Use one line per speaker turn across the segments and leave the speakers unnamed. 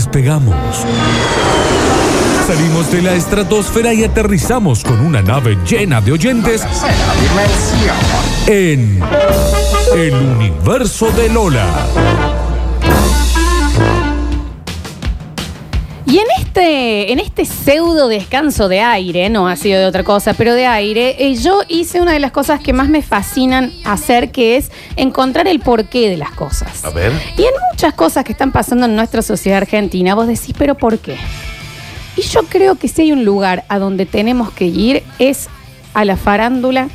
Despegamos. Salimos de la estratosfera y aterrizamos con una nave llena de oyentes en el universo de Lola.
Y en este, en este pseudo descanso de aire, no ha sido de otra cosa, pero de aire, eh, yo hice una de las cosas que más me fascinan hacer, que es encontrar el porqué de las cosas.
A ver.
Y en muchas cosas que están pasando en nuestra sociedad argentina, vos decís, pero ¿por qué? Y yo creo que si hay un lugar a donde tenemos que ir es a la farándula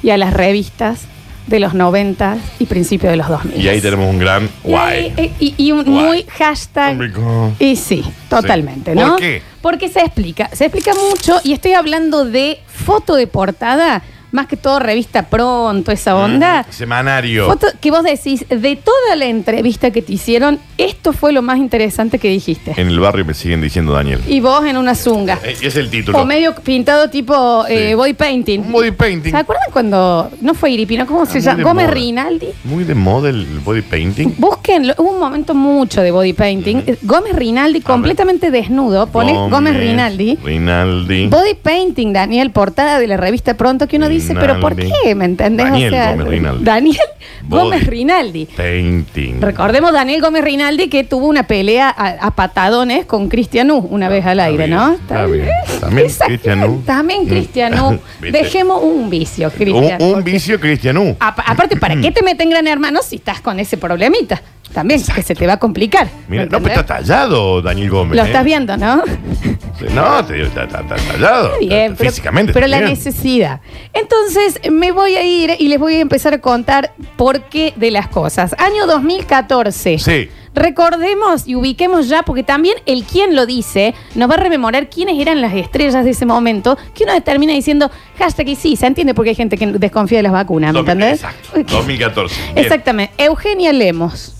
y a las revistas de los 90 y principios de los 2000.
Y ahí tenemos un gran
Y ahí,
guay.
eh, Y, y un
Guay.
muy hashtag.
Amigo.
Y sí, totalmente,
¿Por
¿no?
qué?
Porque se explica, se explica mucho y estoy hablando de foto de portada, más que todo revista pronto, esa onda.
Mm, Semanario.
Ah. Foto que vos decís, de toda la entrevista que te hicieron, esto fue lo más interesante que dijiste.
En el barrio me siguen diciendo Daniel.
Y vos en una zunga.
Eh, es el título.
O medio pintado tipo eh,
Sí.
body painting.
Un body painting.
¿Se acuerdan cuando, no fue Iripino, ¿cómo se
Muy
llama?
de
Gómez
moda.
Rinaldi.
Muy de moda el body painting.
Búsquenlo, hubo un momento mucho de body painting. Eh, Gómez Rinaldi completamente desnudo, pone Gómez, Rinaldi.
Rinaldi.
Body painting, Daniel, portada de la revista Pronto, que uno dice, pero ¿por
Rinaldi.
qué? ¿Me entendés?
Daniel Gómez Rinaldi.
Daniel
Body.
Gómez Rinaldi.
Painting.
Recordemos Daniel Gómez Rinaldi que tuvo una pelea a, a patadones con Cristian U una vez al
está
aire,
bien,
¿no?
está bien. También
Esa-
Cristian U.
También Cristian U.
Viste.
Dejemos un vicio,
un, Mm.
Cristian.
un vicio cristianú.
Apa- Aparte, ¿para qué te meten gran hermano si estás con ese problemita? También, que se te va a complicar.
Mira,
¿me
no, pero
entendés?
está tallado Daniel Gómez.
Lo
¿eh?
estás viendo, ¿no?
No, te digo, está, está- está tallado.
Está bien, pero,
Físicamente.
pero
está
la
bien.
necesidad. Entonces me voy a ir y les voy a empezar a contar por qué de las cosas. Año 2014.
Sí.
Recordemos y ubiquemos ya, porque también el quien lo dice nos va a rememorar quiénes eran las estrellas de ese momento, que uno termina diciendo hashtag y sí, se entiende porque hay gente que desconfía de las vacunas, ¿me
Dos mil-
entendés?
Exacto. 2014. Bien.
Exactamente. Eugenia Lemos.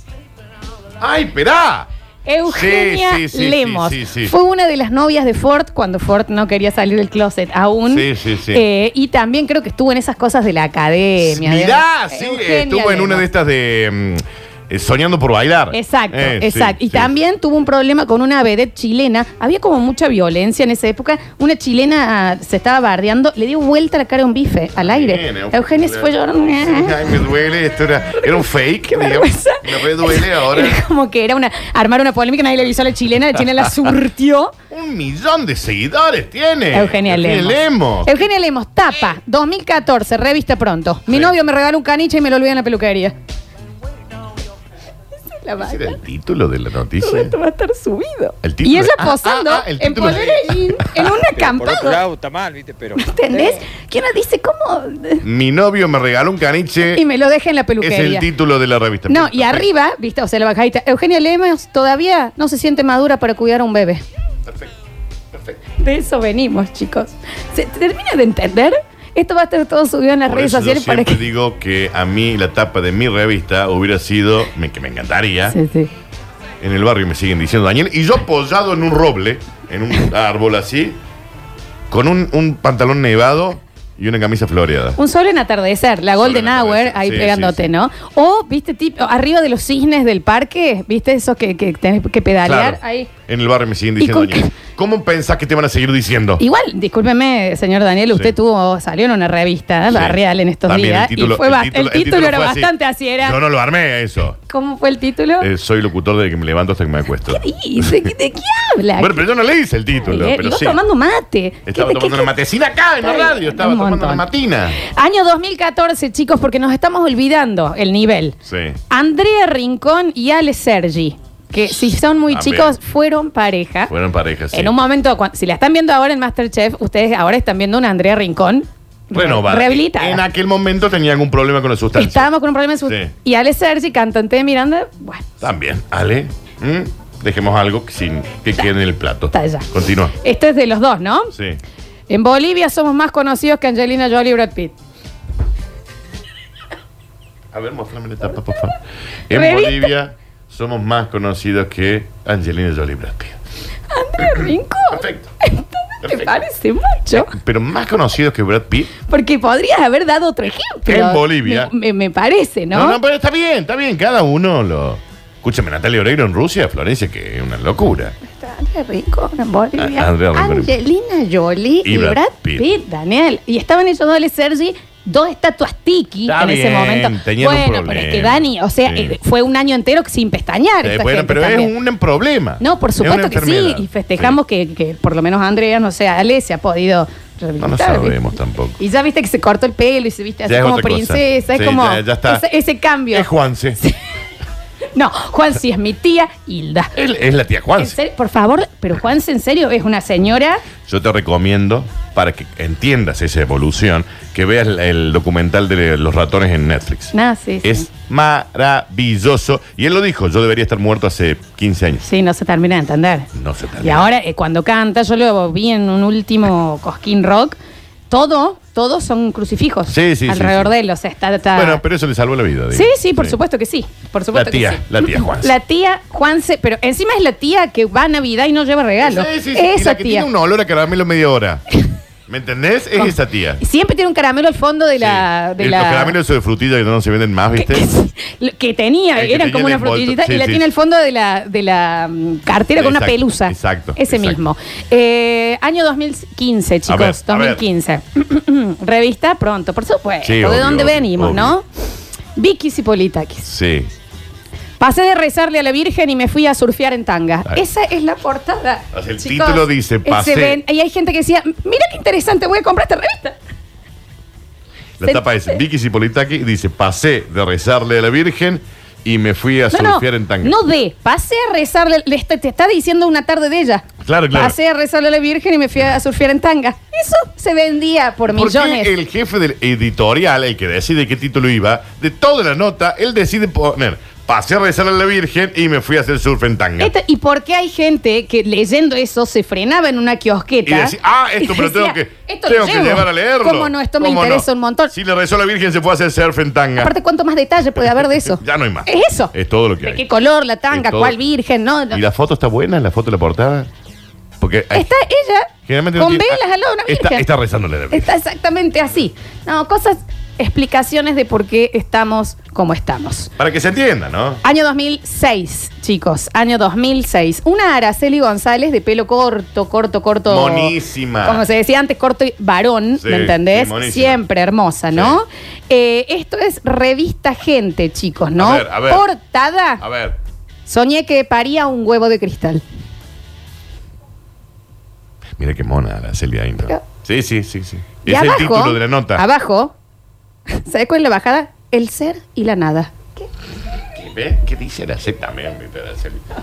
¡Ay, esperá!
Eugenia
Sí, sí, sí,
Lemos
sí, sí, sí.
fue una de las novias de Ford cuando Ford no quería salir del closet aún.
Sí, sí, sí.
Eh, y también creo que estuvo en esas cosas de la academia.
Mirá,
de-
sí,
Eh, Eugenia
estuvo en
Lemos.
una de estas de. mm, eh, soñando por bailar.
Exacto,
Eh, sí,
exacto. y
sí.
también tuvo un problema con una vedette chilena. Había como mucha violencia en esa época. Una chilena ah, se estaba bardeando, le dio vuelta la cara a un bife al aire.
Bien, Eugenia.
Eugenia se fue llorando. Ah,
Ay, me duele. Esto era, era un fake. digamos.
vergüenza.
Me re duele ahora.
Era como que era una armar una polémica, nadie le avisó a la chilena, la chilena la surtió.
Un millón de seguidores tiene.
Eugenia Lemos. Eugenia Lemos, tapa, 2014, revista pronto. Mi
Sí.
novio me regaló un caniche y me lo olvidé en la peluquería. La
¿Ese
vaca.
era el título de la noticia?
Esto va a estar subido.
El título.
y ella
Ah,
posando
ah, ah, el
en
título.
polera jean en un
Por otro
acampado.
lado está mal, ¿viste? Pero.
¿Entendés?
eh,
Que uno dice, ¿cómo?
Mi novio me regaló un caniche.
Y me lo deja en la
eh, es el
peluquería.
título de la revista.
No, y
Perfecto.
arriba, viste, o sea, la bajadita. Eugenia Lemos todavía no se siente madura para cuidar a un bebé.
Perfecto. Perfecto.
De eso venimos, chicos. ¿Se termina de entender? Esto va a estar todo subido en las
Por
redes
eso yo
sociales para
siempre
que.
digo que a mí la tapa de mi revista hubiera sido, me- que me encantaría,
Sí, sí.
en el barrio me siguen diciendo Daniel, y yo apoyado en un roble, en un árbol así, con un, un pantalón nevado y una camisa floreada.
Un sol en atardecer, la
Sol
Golden
en
Hour,
atardecer,
ahí
sí,
pegándote,
sí, sí.
¿no? O, viste, tipo, arriba de los cisnes del parque, viste, esos que, que tenés que pedalear
Claro,
ahí.
En el barrio me siguen
¿Y
diciendo
con qué?
Daniel. ¿Cómo pensás que te van a seguir diciendo?
Igual, discúlpeme, señor Daniel, usted
Sí.
tuvo, salió en una revista ¿eh?
Sí.
barrial en estos
También el
días
título-
y fue bast- el, título, era
fue
bastante así, era.
Yo no lo armé eso.
¿Cómo fue el título?
Eh, soy locutor desde que me levanto hasta que me acuesto.
¿Qué dice? ¿Qué- ¿De qué habla?
Bueno, pero yo no le hice el título,
Eh, y
pero
vos
sí.
tomando mate. ¿Qué
Estaba
te-
tomando
qué-
una matecina acá en la
Está bien,
radio, estaba
un
tomando
montón.
una matina.
Año 2014, chicos, porque nos estamos olvidando el nivel.
Sí.
Andrea Rincón y Ale Sergi, que si son muy
También.
chicos, fueron pareja.
Fueron parejas.
En un momento, cuan- si la están viendo ahora en Masterchef, ustedes ahora están viendo una Andrea Rincón
Bueno, va.
rehabilitada.
En aquel momento tenía algún problema con la sustancia.
Estábamos con un problema de su-
Sí.
Y Ale Sergi, cantante de Miranda, bueno.
También, Ale. ¿Mm? Dejemos algo que sin que quede en el plato.
Está ya.
Continúa.
Esto es de los dos, ¿no?
Sí.
En Bolivia somos más conocidos que Angelina Jolie y Brad Pitt.
A ver, mostrame la tapa, por favor. En
Revista.
Bolivia somos más conocidos que Angelina Jolie y Brad Pitt.
Andrea Rincón,
Perfecto.
¿te
Perfecto.
parece mucho?
Pero más conocidos que Brad Pitt.
Porque podrías haber dado otro ejemplo.
En Bolivia.
Me, me- me parece, ¿no?
No, no, pero está bien, está bien. Cada uno lo. Escúchame, Natalia Oreiro en Rusia, Florencia, que es una locura.
Está Andrea Rincón en Bolivia.
Ah, Andrea Rincón.
Angelina Jolie y, Brad, Pitt. Daniel. Y estaban ellos dos, Sergi, dos estatuas tiki
Está
en ese
bien,
momento.
tenían un
bueno,
problema.
pero es que Dani, o sea,
Sí.
eh, fue un año entero sin pestañear.
Eh,
esta
bueno,
gente
pero
también.
es un problema.
No, por
Es una
supuesto que sí.
enfermedad.
Y festejamos que, que por lo menos Andrea, no sé, Ale se ha podido
Sí. No lo
rehabilitar.
sabemos tampoco.
Y ya viste que se cortó el pelo y se viste así
Ya es
como
otra cosa.
princesa.
Sí,
es como
ya- ya está.
Ese, ese cambio.
Es Juanse.
No, Juan sí es mi tía, Hilda.
Él es la tía
En
Juanse.
serio, por favor, pero Juan, en serio, es una señora.
Yo te recomiendo, para que entiendas esa evolución, que veas el- el documental de los ratones en Netflix.
Nada, sí, sí.
Es maravilloso. Y él lo dijo, yo debería estar muerto hace 15 años.
Sí, no se termina de entender.
No se tal.
Y ahora, eh, cuando canta, yo lo vi en un último Cosquín Rock, todo, todos son crucifijos
Sí, sí, sí,
alrededor
sí.
de él. O sea, está. está-
Bueno, pero eso le salvó la vida. digo.
Ah. sí, sí, por supuesto que sí. Por
La
supuesto
tía,
que sí.
la tía Juanse.
La tía Juanse, pero encima es la tía que va a Navidad y no lleva regalo.
Sí, sí, sí. Y
Esa
la que
tía.
tiene un olor a caramelo media hora. ¿Me entendés? Es esa tía.
Y Siempre tiene un caramelo al fondo de la.
Sí.
De
El-
la...
Los caramelos esos de frutilla que no se venden más, ¿viste?
que, lo que tenía,
El que
eran
tenía
como
en
una
el bolso.
frutillita
Sí,
y la
sí.
tiene al fondo de la, de la mm, cartera con una
Exacto,
pelusa.
exacto,
Ese
exacto.
mismo. Eh, año 2015, chicos,
A ver, a ver.
2015. Revista pronto, por supuesto.
Sí,
¿De
obvio,
dónde
obvio,
venimos,
obvio.
no? Vicky Cipolitakis.
Sí.
Pasé de rezarle a la Virgen y me fui a surfear en tanga.
Está bien.
Esa es la portada.
El título dice,
eh, se
pasé.
ven- y hay gente que decía, mira qué interesante, voy a comprar esta revista.
La tapa es Vicky Cipolitaki dice, pasé de rezarle a la Virgen y me fui a surfear en tanga.
No de, pasé a rezarle, le está- te está diciendo una tarde de ella.
Claro, claro.
Pasé a rezarle a la Virgen y me fui a surfear en tanga. Eso se vendía por,
¿Por qué
millones.
el jefe del editorial, el que decide qué título iba, de toda la nota, él decide poner, pasé a rezarle a la Virgen y me fui a hacer surf en tanga.
Esto- ¿Y por qué hay gente que leyendo eso se frenaba en una kiosqueta?
y decir, ah, esto
y
me lo tengo
decía,
que,
esto lo
tengo que
llevo.
llevar a leerlo.
¿Cómo no? Esto me
¿Cómo no?
interesa un montón.
Si le rezó a la Virgen, se fue a hacer surf en tanga.
Aparte, ¿cuánto más detalle puede haber de eso?
Ya no hay más.
Es eso.
Es todo lo que
¿De
hay.
qué color la tanga?
Es todo.
¿Cuál virgen? No, no.
¿Y la foto está buena? ¿La foto de la portada? Porque hay-
Está ella
generalmente no
con
tiene-
velas
ah,
al lado de una
está,
virgen.
está rezándole a la Virgen.
Está exactamente así. No, cosas, explicaciones de por qué estamos como estamos.
Para que se entienda, ¿no?
Año 2006, chicos, año 2006. Una Araceli González de pelo corto, corto, corto.
Monísima.
Como se decía antes, corto y varón,
Sí,
¿me entendés?
sí, monísima.
Siempre hermosa, ¿no? Eh, esto es revista Gente, chicos, ¿no?
A ver, a ver.
Portada.
A ver.
Soñé que paría un huevo de cristal.
Mira qué mona la Celia ahí, ¿no?
Pero-
Sí, sí, sí, sí.
Y
es
abajo,
el título de la nota.
Abajo, ¿sabes cuál es la bajada? El ser y la nada. ¿Qué?
¿Qué, ve? ¿Qué dice la C también? viste, la Celia?
Ah,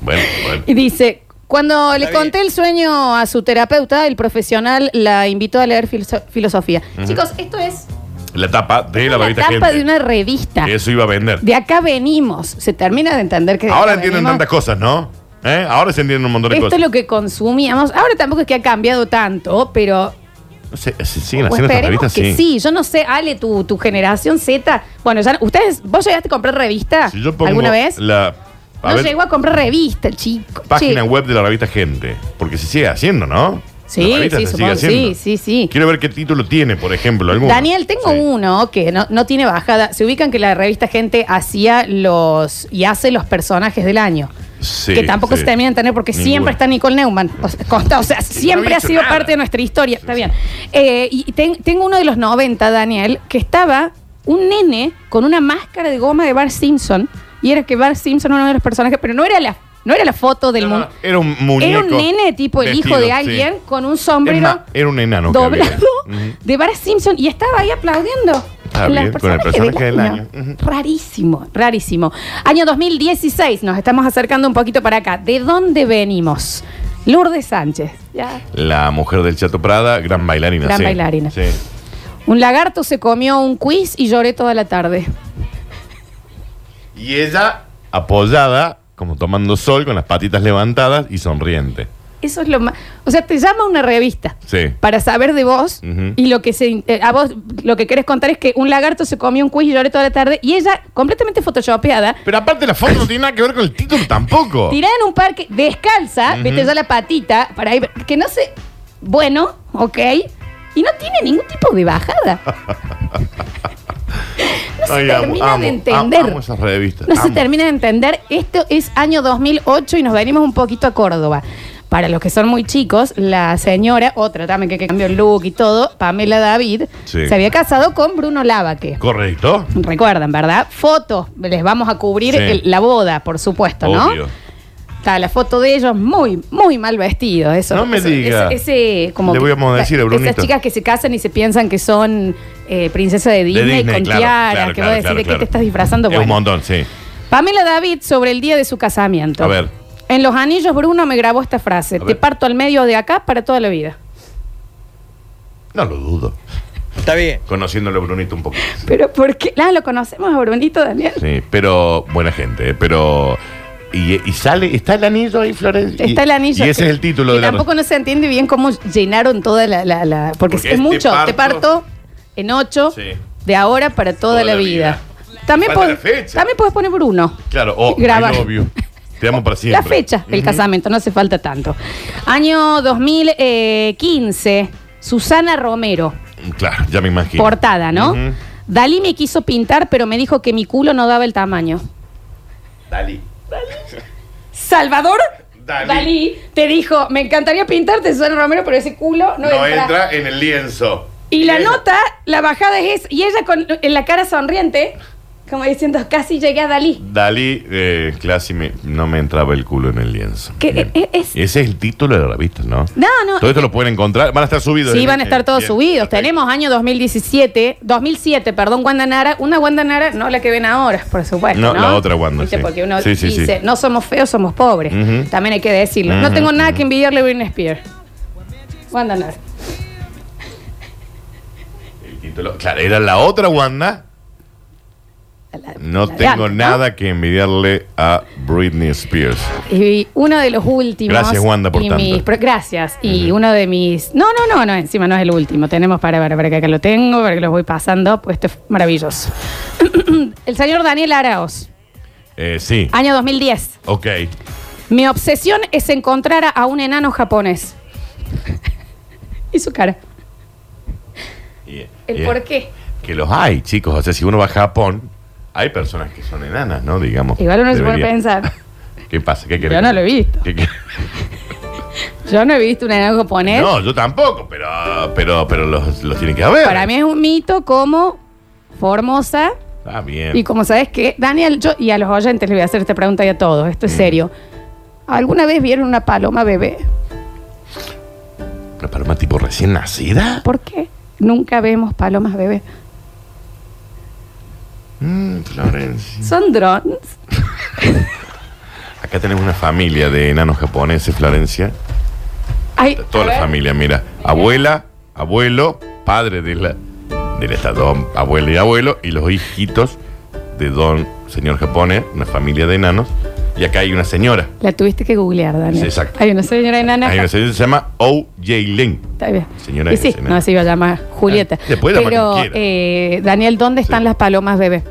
Bueno, bueno.
Y dice, cuando le
Está bien.
conté el sueño a su terapeuta, el profesional la invitó a leer filso- filosofía.
Ujú.
Chicos, esto es
La tapa de la
la
revista
tapa
Gente.
de una revista.
Eso iba a vender.
De acá venimos. Se termina de entender que... de
Ahora
acá
entienden
venimos.
tantas cosas, ¿no? ¿Eh? Ahora se entienden un montón de
Esto es
cosas.
lo que consumíamos. Ahora tampoco es que ha cambiado tanto, pero
No sé, eh, ¿se siguen
o
haciendo estas
esperemos
revistas?
que sí. Yo no sé, Ale, tu, tu generación Z. Bueno, ya, ustedes, ¿vos llegaste a comprar revista
Si yo pongo
alguna vez?
La, a
no
ver,
llegó a comprar revista, chico.
página
che.
web de la revista Gente. Porque se sigue haciendo, ¿no? La
Sí,
revista
sí,
se
supongo.
sigue haciendo.
Sí, sí, sí.
Quiero ver qué título tiene, por ejemplo, alguno.
Daniel, tengo
Sí.
uno que no, no tiene bajada. Se ubican que la revista Gente hacía los y hace los personajes del año.
Sí,
que tampoco
sí.
se termina de entender porque
Ninguno.
siempre está Nicole Neumann. O sea, consta, o sea, siempre
he
ha
visto
sido
nada.
parte de nuestra historia. Está bien. Eh, y ten- tengo uno de los 90, Daniel, que estaba un nene con una máscara de goma de Bart Simpson. Y era que Bart Simpson era uno de los personajes, pero no era la, no era la foto del
No,
mundo.
no, Era un muñeco.
Era un nene tipo el
vestido,
hijo de
sí.
alguien con un
Es
sombrero
más, era un enano. que había.
doblado
Ujú.
de Bart Simpson y estaba ahí aplaudiendo.
Está
a los
bien, con el
personajes
personaje del año.
Rarísimo, rarísimo. Año 2016, nos estamos acercando un poquito para acá. ¿De dónde venimos? Lourdes Sánchez. Ya.
La mujer del Chato Prada, gran bailarina.
Gran
sí.
bailarina.
Sí.
Un lagarto se comió un quiz y lloré toda la tarde.
Y ella apoyada, como tomando sol, con las patitas levantadas y sonriente.
Eso es lo más. O sea, te llama una revista
Sí.
para saber de vos
Ujú.
y lo que se, eh, a vos lo que querés contar es que un lagarto se comió un quiz y lloré toda la tarde y ella completamente photoshopeada
Pero aparte la foto no tiene nada que ver con el título tampoco.
Tirada en un parque, descalza, vete ya la patita, para ir, que no sé, bueno, ok, y no tiene ningún tipo de bajada. no se
Ay,
termina
amo, amo,
de
amo,
entender.
amo esas revistas.
No se
amo.
termina de entender. Esto es año 2008 y nos venimos un poquito a Córdoba. Para los que son muy chicos, la señora, otra también que, que cambió el look y todo, Pamela David,
Sí.
se había casado con Bruno Lavaque.
Correcto.
Recuerdan, ¿verdad? Fotos, les vamos a cubrir
Sí.
el- la boda, por supuesto,
Obvio.
¿no? Está la foto de ellos muy, muy mal vestidos. Eso,
No me
eso-
diga.
Ese, ese- como
Le
que-
voy a decir a
Esas
Brunito.
chicas que se casan y se piensan que son eh, princesa de Disney,
Disney,
con
claro,
tiara,
claro,
que
claro,
vos decís,
claro,
¿de qué
claro.
te estás disfrazando?
Es un
Bueno,
montón, sí.
Pamela David sobre el día de su casamiento.
A ver.
En los anillos, Bruno me grabó esta frase. Te
ver.
parto al medio de acá para toda la vida.
No lo dudo.
Está bien.
Conociéndolo a Brunito un poco.
Pero porque, ah, lo conocemos a Brunito, Daniel.
Sí, pero buena gente, eh, pero... Y, y sale, está el anillo ahí, Florencia.
Está
Y-
el anillo.
Y ese
que-
es el título
que
de la...
Tampoco no se entiende bien cómo llenaron toda la. la- la- porque,
Porque
es
este
mucho. te
parto-
parto en ocho,
Sí.
de ahora para toda, la, vida. También,
Falta
pod-
la fecha.
también puedes poner Bruno.
Claro, o
Grabar.
obvio. Te amo para
La
siempre.
fecha del casamiento, no hace falta tanto. Año 2015, Susana Romero,
Claro, ya me imagino.
portada, ¿no?
Ujú.
Dalí me quiso pintar, pero me dijo que mi culo no daba el tamaño.
Dalí.
Salvador
Dalí.
Dalí, te dijo, me encantaría pintarte, Susana Romero, pero ese culo no,
No, entra. en el lienzo.
Y la
Eh,
nota, la bajada es, y ella con en la cara sonriente, como diciendo, casi llegué a Dalí.
Dalí, eh, clase, me- no me entraba el culo en el lienzo.
Que,
Bien.
eh, es-
Ese es el título de la revista, ¿no?
No, no.
Todo esto lo pueden encontrar. Van a estar subidos.
Sí,
en-
van a estar
en-
todos
bien,
subidos.
perfecto.
Tenemos año 2017, 2007, perdón, Wanda Nara. Una Wanda Nara, no la que ven ahora, por supuesto.
No,
No,
la otra Wanda,
¿Viste?
sí.
Porque uno
Sí, sí,
dice,
sí.
no somos feos, somos pobres.
Ujú.
También hay que decirlo. No
Ujú,
tengo nada
ujú.
que envidiarle a Britney Spears. Wanda Nara.
El título- Claro, era la otra Wanda.
La- la
No
de
tengo
antes, ¿no?
nada que envidiarle a Britney Spears.
Y uno de los últimos.
Gracias, Wanda, por
y
tanto.
mis pro- gracias. Y uno de mis. No, no, no, no, encima no es el último. Tenemos para, para, para que acá lo tengo, para que lo voy pasando. Pues esto es maravilloso. el señor Daniel Araos,
Eh, sí.
año 2010.
Ok.
Mi obsesión es encontrar a un enano japonés. y su cara.
Yeah,
El
yeah.
por qué.
Que los hay, chicos. O sea, si uno va a Japón, hay personas que son enanas, ¿no? Digamos.
Igual uno se pone a
Debería.
pensar.
¿Qué pasa? ¿Qué querés?
Yo no lo he visto.
¿Qué querés?
Yo no he visto un enano japonés.
No, yo tampoco, pero, pero, pero los, los tienen que haber.
Para mí es un mito como Formosa.
Está bien.
Y como sabes que, Daniel, yo y a los oyentes les voy a hacer esta pregunta y a todos, esto
Mm.
es serio. ¿Alguna vez vieron una paloma bebé?
¿Una paloma tipo recién nacida?
¿Por qué? Nunca vemos palomas bebé.
Mm, Florencia.
¿Son drones?
Acá tenemos una familia de enanos japoneses, Florencia.
Ay,
Toda
a
la
ver.
familia, mira. Abuela, abuelo, padre de la, del estado, abuela y abuelo, y los hijitos de don señor japonés, una familia de enanos. Y acá hay una señora.
La tuviste que googlear, Daniel.
Sí, exacto.
Hay una señora enana.
Hay una señora que se llama O. J. Ling.
Está bien.
Señora
Y sí,
enana.
no se iba a llamar Julieta.
Se puede llamar
Pero,
como quiera.
eh, Daniel, ¿dónde están
Sí.
las palomas bebé?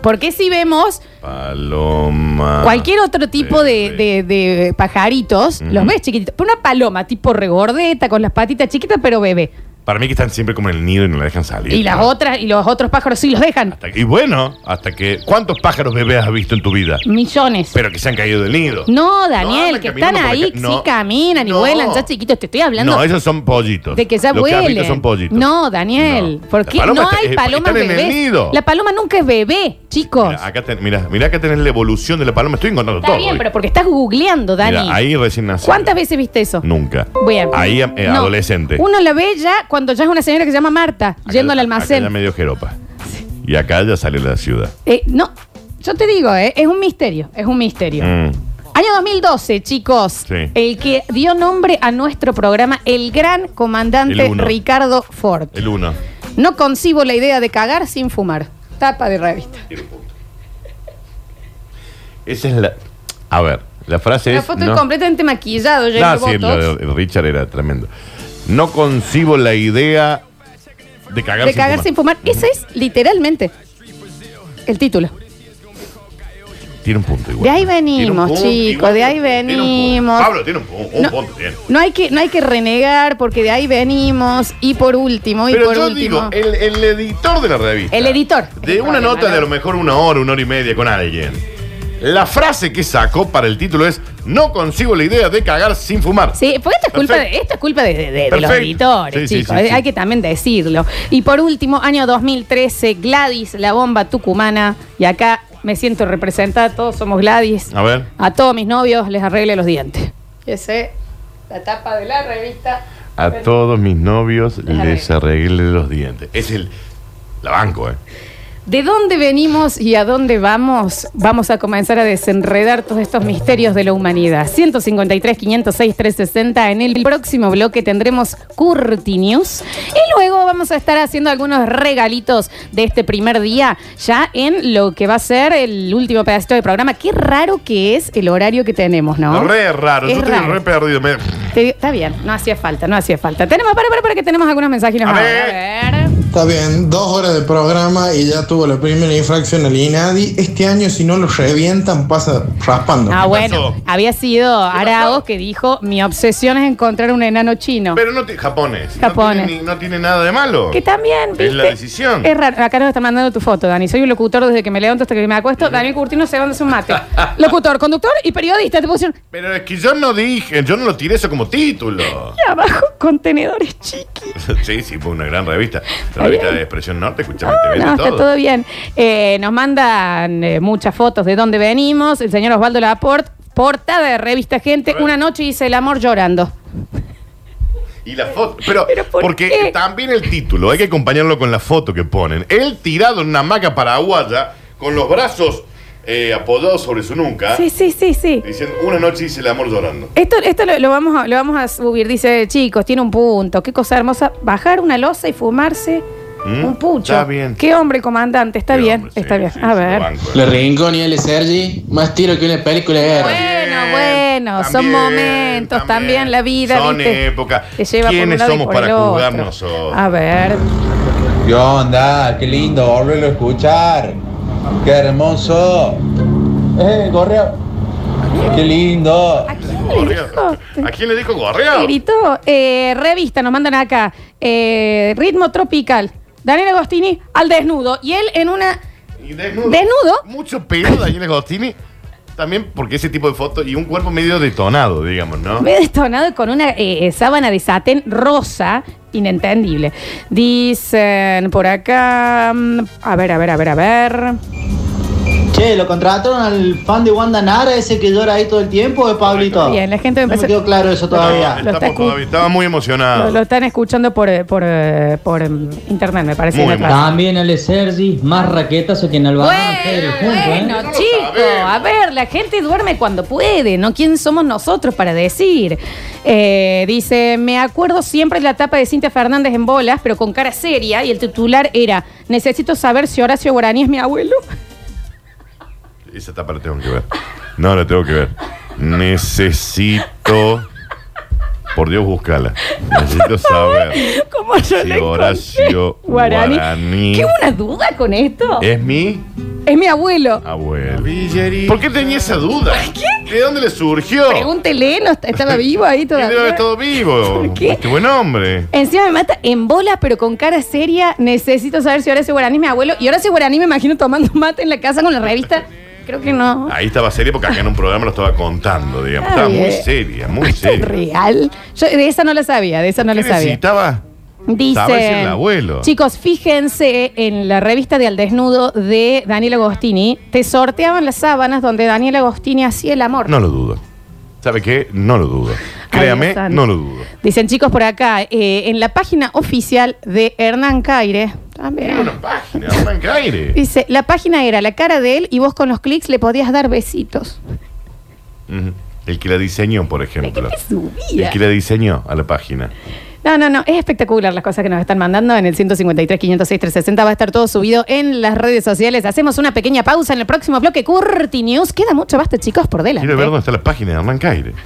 Porque si vemos
Paloma.
Cualquier otro tipo de, de-
Verde.
de pajaritos,
Ujú.
los ves chiquititos. Pero una paloma tipo regordeta, con las patitas chiquitas, pero bebé.
Para mí que están siempre como en el nido y no la dejan salir.
Y las
¿no?
otras, y los otros pájaros sí los dejan.
Hasta que- y bueno, hasta que. ¿Cuántos pájaros bebés has visto en tu vida?
Millones.
Pero que se han caído del nido.
no,
No,
Daniel,
andan
que están
caminando por
ahí,
acá. No.
sí caminan y
No.
vuelan, ya chiquitos. Te estoy hablando
no, esos son pollitos.
de que ya
Los has visto
vuelen.
son pollitos.
No, Daniel,
No.
porque
La paloma
no
está-
hay
eh,
palomas
están en el
bebés.
nido.
La paloma nunca es bebé, chicos.
Mira, acá ten- mira, mira acá tenés la evolución de la paloma. Estoy encontrando
Está
todo.
bien,
hoy.
pero porque estás googleando, Dani.
Mira, ahí recién nació.
¿Cuántas veces viste eso?
Nunca.
Bueno.
Ahí eh,
No.
adolescente.
Uno la ve ya cuando ya es una señora que se llama Marta,
Acá-
yendo al almacén.
Acá ya medio jeropa. Y acá ya salió de la ciudad.
Eh, no, yo te digo, eh, es un misterio, es un misterio.
Mm.
Año 2012, chicos.
Sí.
El que dio nombre a nuestro programa, el gran comandante
El uno.
Ricardo Ford.
El uno.
No concibo la idea de cagar sin fumar. Tapa de revista.
Esa es la. A ver, la frase
La
es.
foto es
no-
completamente maquillado, lleno
Ah,
de
sí,
botox.
lo de Richard era tremendo. No concibo la idea de cagar
de
sin
cagar
fumar.
sin fumar. Ese es literalmente el título.
Tiene un punto igual.
De ahí
Tiene un
venimos,
punto,
chicos,
igual,
de ahí
tiene un punto.
venimos.
Pablo tiene un, pu- un
No.
punto. tiene.
No hay que, no hay que renegar porque de ahí venimos. Y por último, y
Pero
por
yo
último.
digo, el, el editor de la revista.
El editor.
De
El
una
problema,
nota
¿no?
de a lo mejor una hora, una hora y media con alguien. La frase que sacó para el título es: No consigo la idea de cagar sin fumar.
Sí, porque esto es culpa
Perfecto.
de, esto es culpa de, de- de- de los
Perfecto.
editores,
Sí, sí,
chicos.
sí, sí.
Hay que también decirlo. Y por último, año 2013, Gladys, la bomba tucumana. Y acá me siento representada, todos somos Gladys.
A ver.
A todos mis novios les arregle los dientes. Ese, la tapa de la revista.
A todos mis novios
Les
les arreglé los dientes. Es el. La banco, ¿eh?
¿De dónde venimos y a dónde vamos? Vamos a comenzar a desenredar todos estos misterios de la humanidad. 153, 506, 360. En el próximo bloque tendremos Curti News. Y luego vamos a estar haciendo algunos regalitos de este primer día, ya en lo que va a ser el último pedacito del programa. Qué raro que es el horario que tenemos, ¿no?
Re raro.
Es
yo estoy
raro.
re perdido. me-
Te digo- está bien, no hacía falta, no hacía falta. Tenemos, para, para, para, que tenemos algunos mensajinos.
A
ahora.
ver.
A ver.
Está bien, dos horas de programa y ya tuvo la primera infracción al INADI. Este año, si no lo revientan, pasa raspando.
Ah, bueno,
pasó?
había sido Arao
pasó?
que dijo, mi obsesión es encontrar un enano chino.
Pero no ti- japonés.
Japonés.
No tiene, ni- no tiene nada de malo.
que también,
Es
¿viste?
la decisión.
Es raro. Acá nos está mandando tu foto, Dani. Soy un locutor desde que me levanto hasta que me acuesto. Daniel Curtino se manda un mate. locutor, conductor y periodista. Te pusieron
Pero es que yo no dije, yo no lo tiré eso como título.
y abajo contenedores chiquis.
sí, sí, fue una gran revista.
Está
La revista
bien.
de Expresión Norte, escuchame, te
No,
vende
no, está
todo.
todo bien. Eh, nos mandan eh, muchas fotos de dónde venimos. El señor Osvaldo Laporte, portada de revista Gente.
ver.
Una noche hice el amor llorando.
Y la foto. Pero,
¿Pero por
porque
qué?
también el título, hay que acompañarlo con la foto que ponen. Él tirado en una hamaca paraguaya, con los brazos eh, apodados sobre su nuca,
Sí, sí, sí, sí.
diciendo, una noche hice el amor llorando.
Esto, esto lo, lo vamos a, lo vamos a subir, dice chicos, tiene un punto. Qué cosa hermosa. Bajar una losa y fumarse
Mm,
un pucho.
está bien.
Qué hombre, comandante. Está
Qué
bien,
hombre, sí,
está bien.
sí,
a
sí,
ver.
lo banco, eh.
Le rincón y el Sergi, más tiro que una película de guerra.
Bueno, bueno, son momentos, también la vida,
Son
¿viste?
épocas.
Te lleva por un
¿Quiénes
lado y
somos
por
para
el otro.
juzgarnos? o-
A ver.
¿Qué onda? Qué lindo volverlo a escuchar. Qué hermoso. Eh, correo. Qué lindo.
¿A quién le
Gorreado.
dijo?
¿A quién le dijo
Le
gorreado?
Gritó. Eh, revista, nos mandan acá. Eh, ritmo tropical. Daniel Agostini al desnudo. Y él en una.
Y desnudo.
¿Desnudo?
Mucho pelo Daniel Agostini. También porque ese tipo de fotos y un cuerpo medio detonado, digamos, ¿no?
Me he destonado con una eh, sábana de satén rosa, inentendible. Dicen por acá. mm, A ver, a ver, a ver, a ver.
Che, lo contrataron al fan de Wanda Nara, ese que llora ahí todo el tiempo, o es Pablito.
Bien, la gente me
no me
empezó-
quedó claro eso
No,
todavía.
Lo está
estamos
escu-
todavía- estaba muy
Lo,
emocionado.
lo están escuchando por, eh, por, eh, por mm, internet, me parece.
Muy
en la
mal.
radio.
También el Sergi, más raquetazo que en Alba Ángeles, juntos, ¿eh?
bueno,
No lo
chico,
sabemos.
a ver, la gente duerme cuando puede, ¿no? ¿Quién somos nosotros para decir? Eh, dice, me acuerdo siempre la tapa de Cintia Fernández en bolas, pero con cara seria, y el titular era, necesito saber si Horacio Guaraní es mi abuelo.
Esa tapa la tengo que ver. No, la tengo que ver. Necesito. Por Dios, búscala. Necesito saber.
Como yo
Sí,
le
Horacio Eh.
Guarani.
Guarani.
¿Qué una duda con esto? Es,
¿Es mi
mi abuelo.
abuelo? ¿Por qué tenía esa duda? ¿De dónde le surgió?
Pregúntele, no est- estaba vivo ahí
Y debe haber
todavía.
estado vivo.
¿Por qué?
Este buen hombre.
Encima me mata en bolas, pero con cara seria. Necesito saber si Horacio Guaraní es mi abuelo. Y Horacio Guaraní me imagino tomando mate en la casa con la revista. Creo que no.
Ahí estaba seria porque acá en un programa lo estaba contando, digamos.
Está
Estaba muy
bien.
seria, muy
¿Esto es
seria.
real? Yo de esa no la sabía, de esa no la
¿Qué
sabía.
necesitaba? Estaba
Dice,
ese el abuelo.
chicos, fíjense en la revista de Al Desnudo de Daniel Agostini, te sorteaban las sábanas donde Daniel Agostini hacía el amor.
No lo dudo. ¿Sabe qué? No lo dudo. Créame,
Dios santo.
no lo dudo.
Dicen chicos por acá, eh, en la página oficial de Hernán Caire,
Tiene
también,
una página, arranca aire.
dice, la página era la cara de él y vos con los clics le podías dar besitos.
Ujú. El que la diseñó, por
¿De qué
ejemplo.
te
El
subía?
que la diseñó a la página.
No, no, no, es espectacular las cosas que nos están mandando en el 153, 506, 360, va a estar todo subido en las redes sociales. Hacemos una pequeña pausa en el próximo bloque Curti News. Queda mucho basta, chicos, por delante.
Quiero ver dónde está la página de Arrancaire.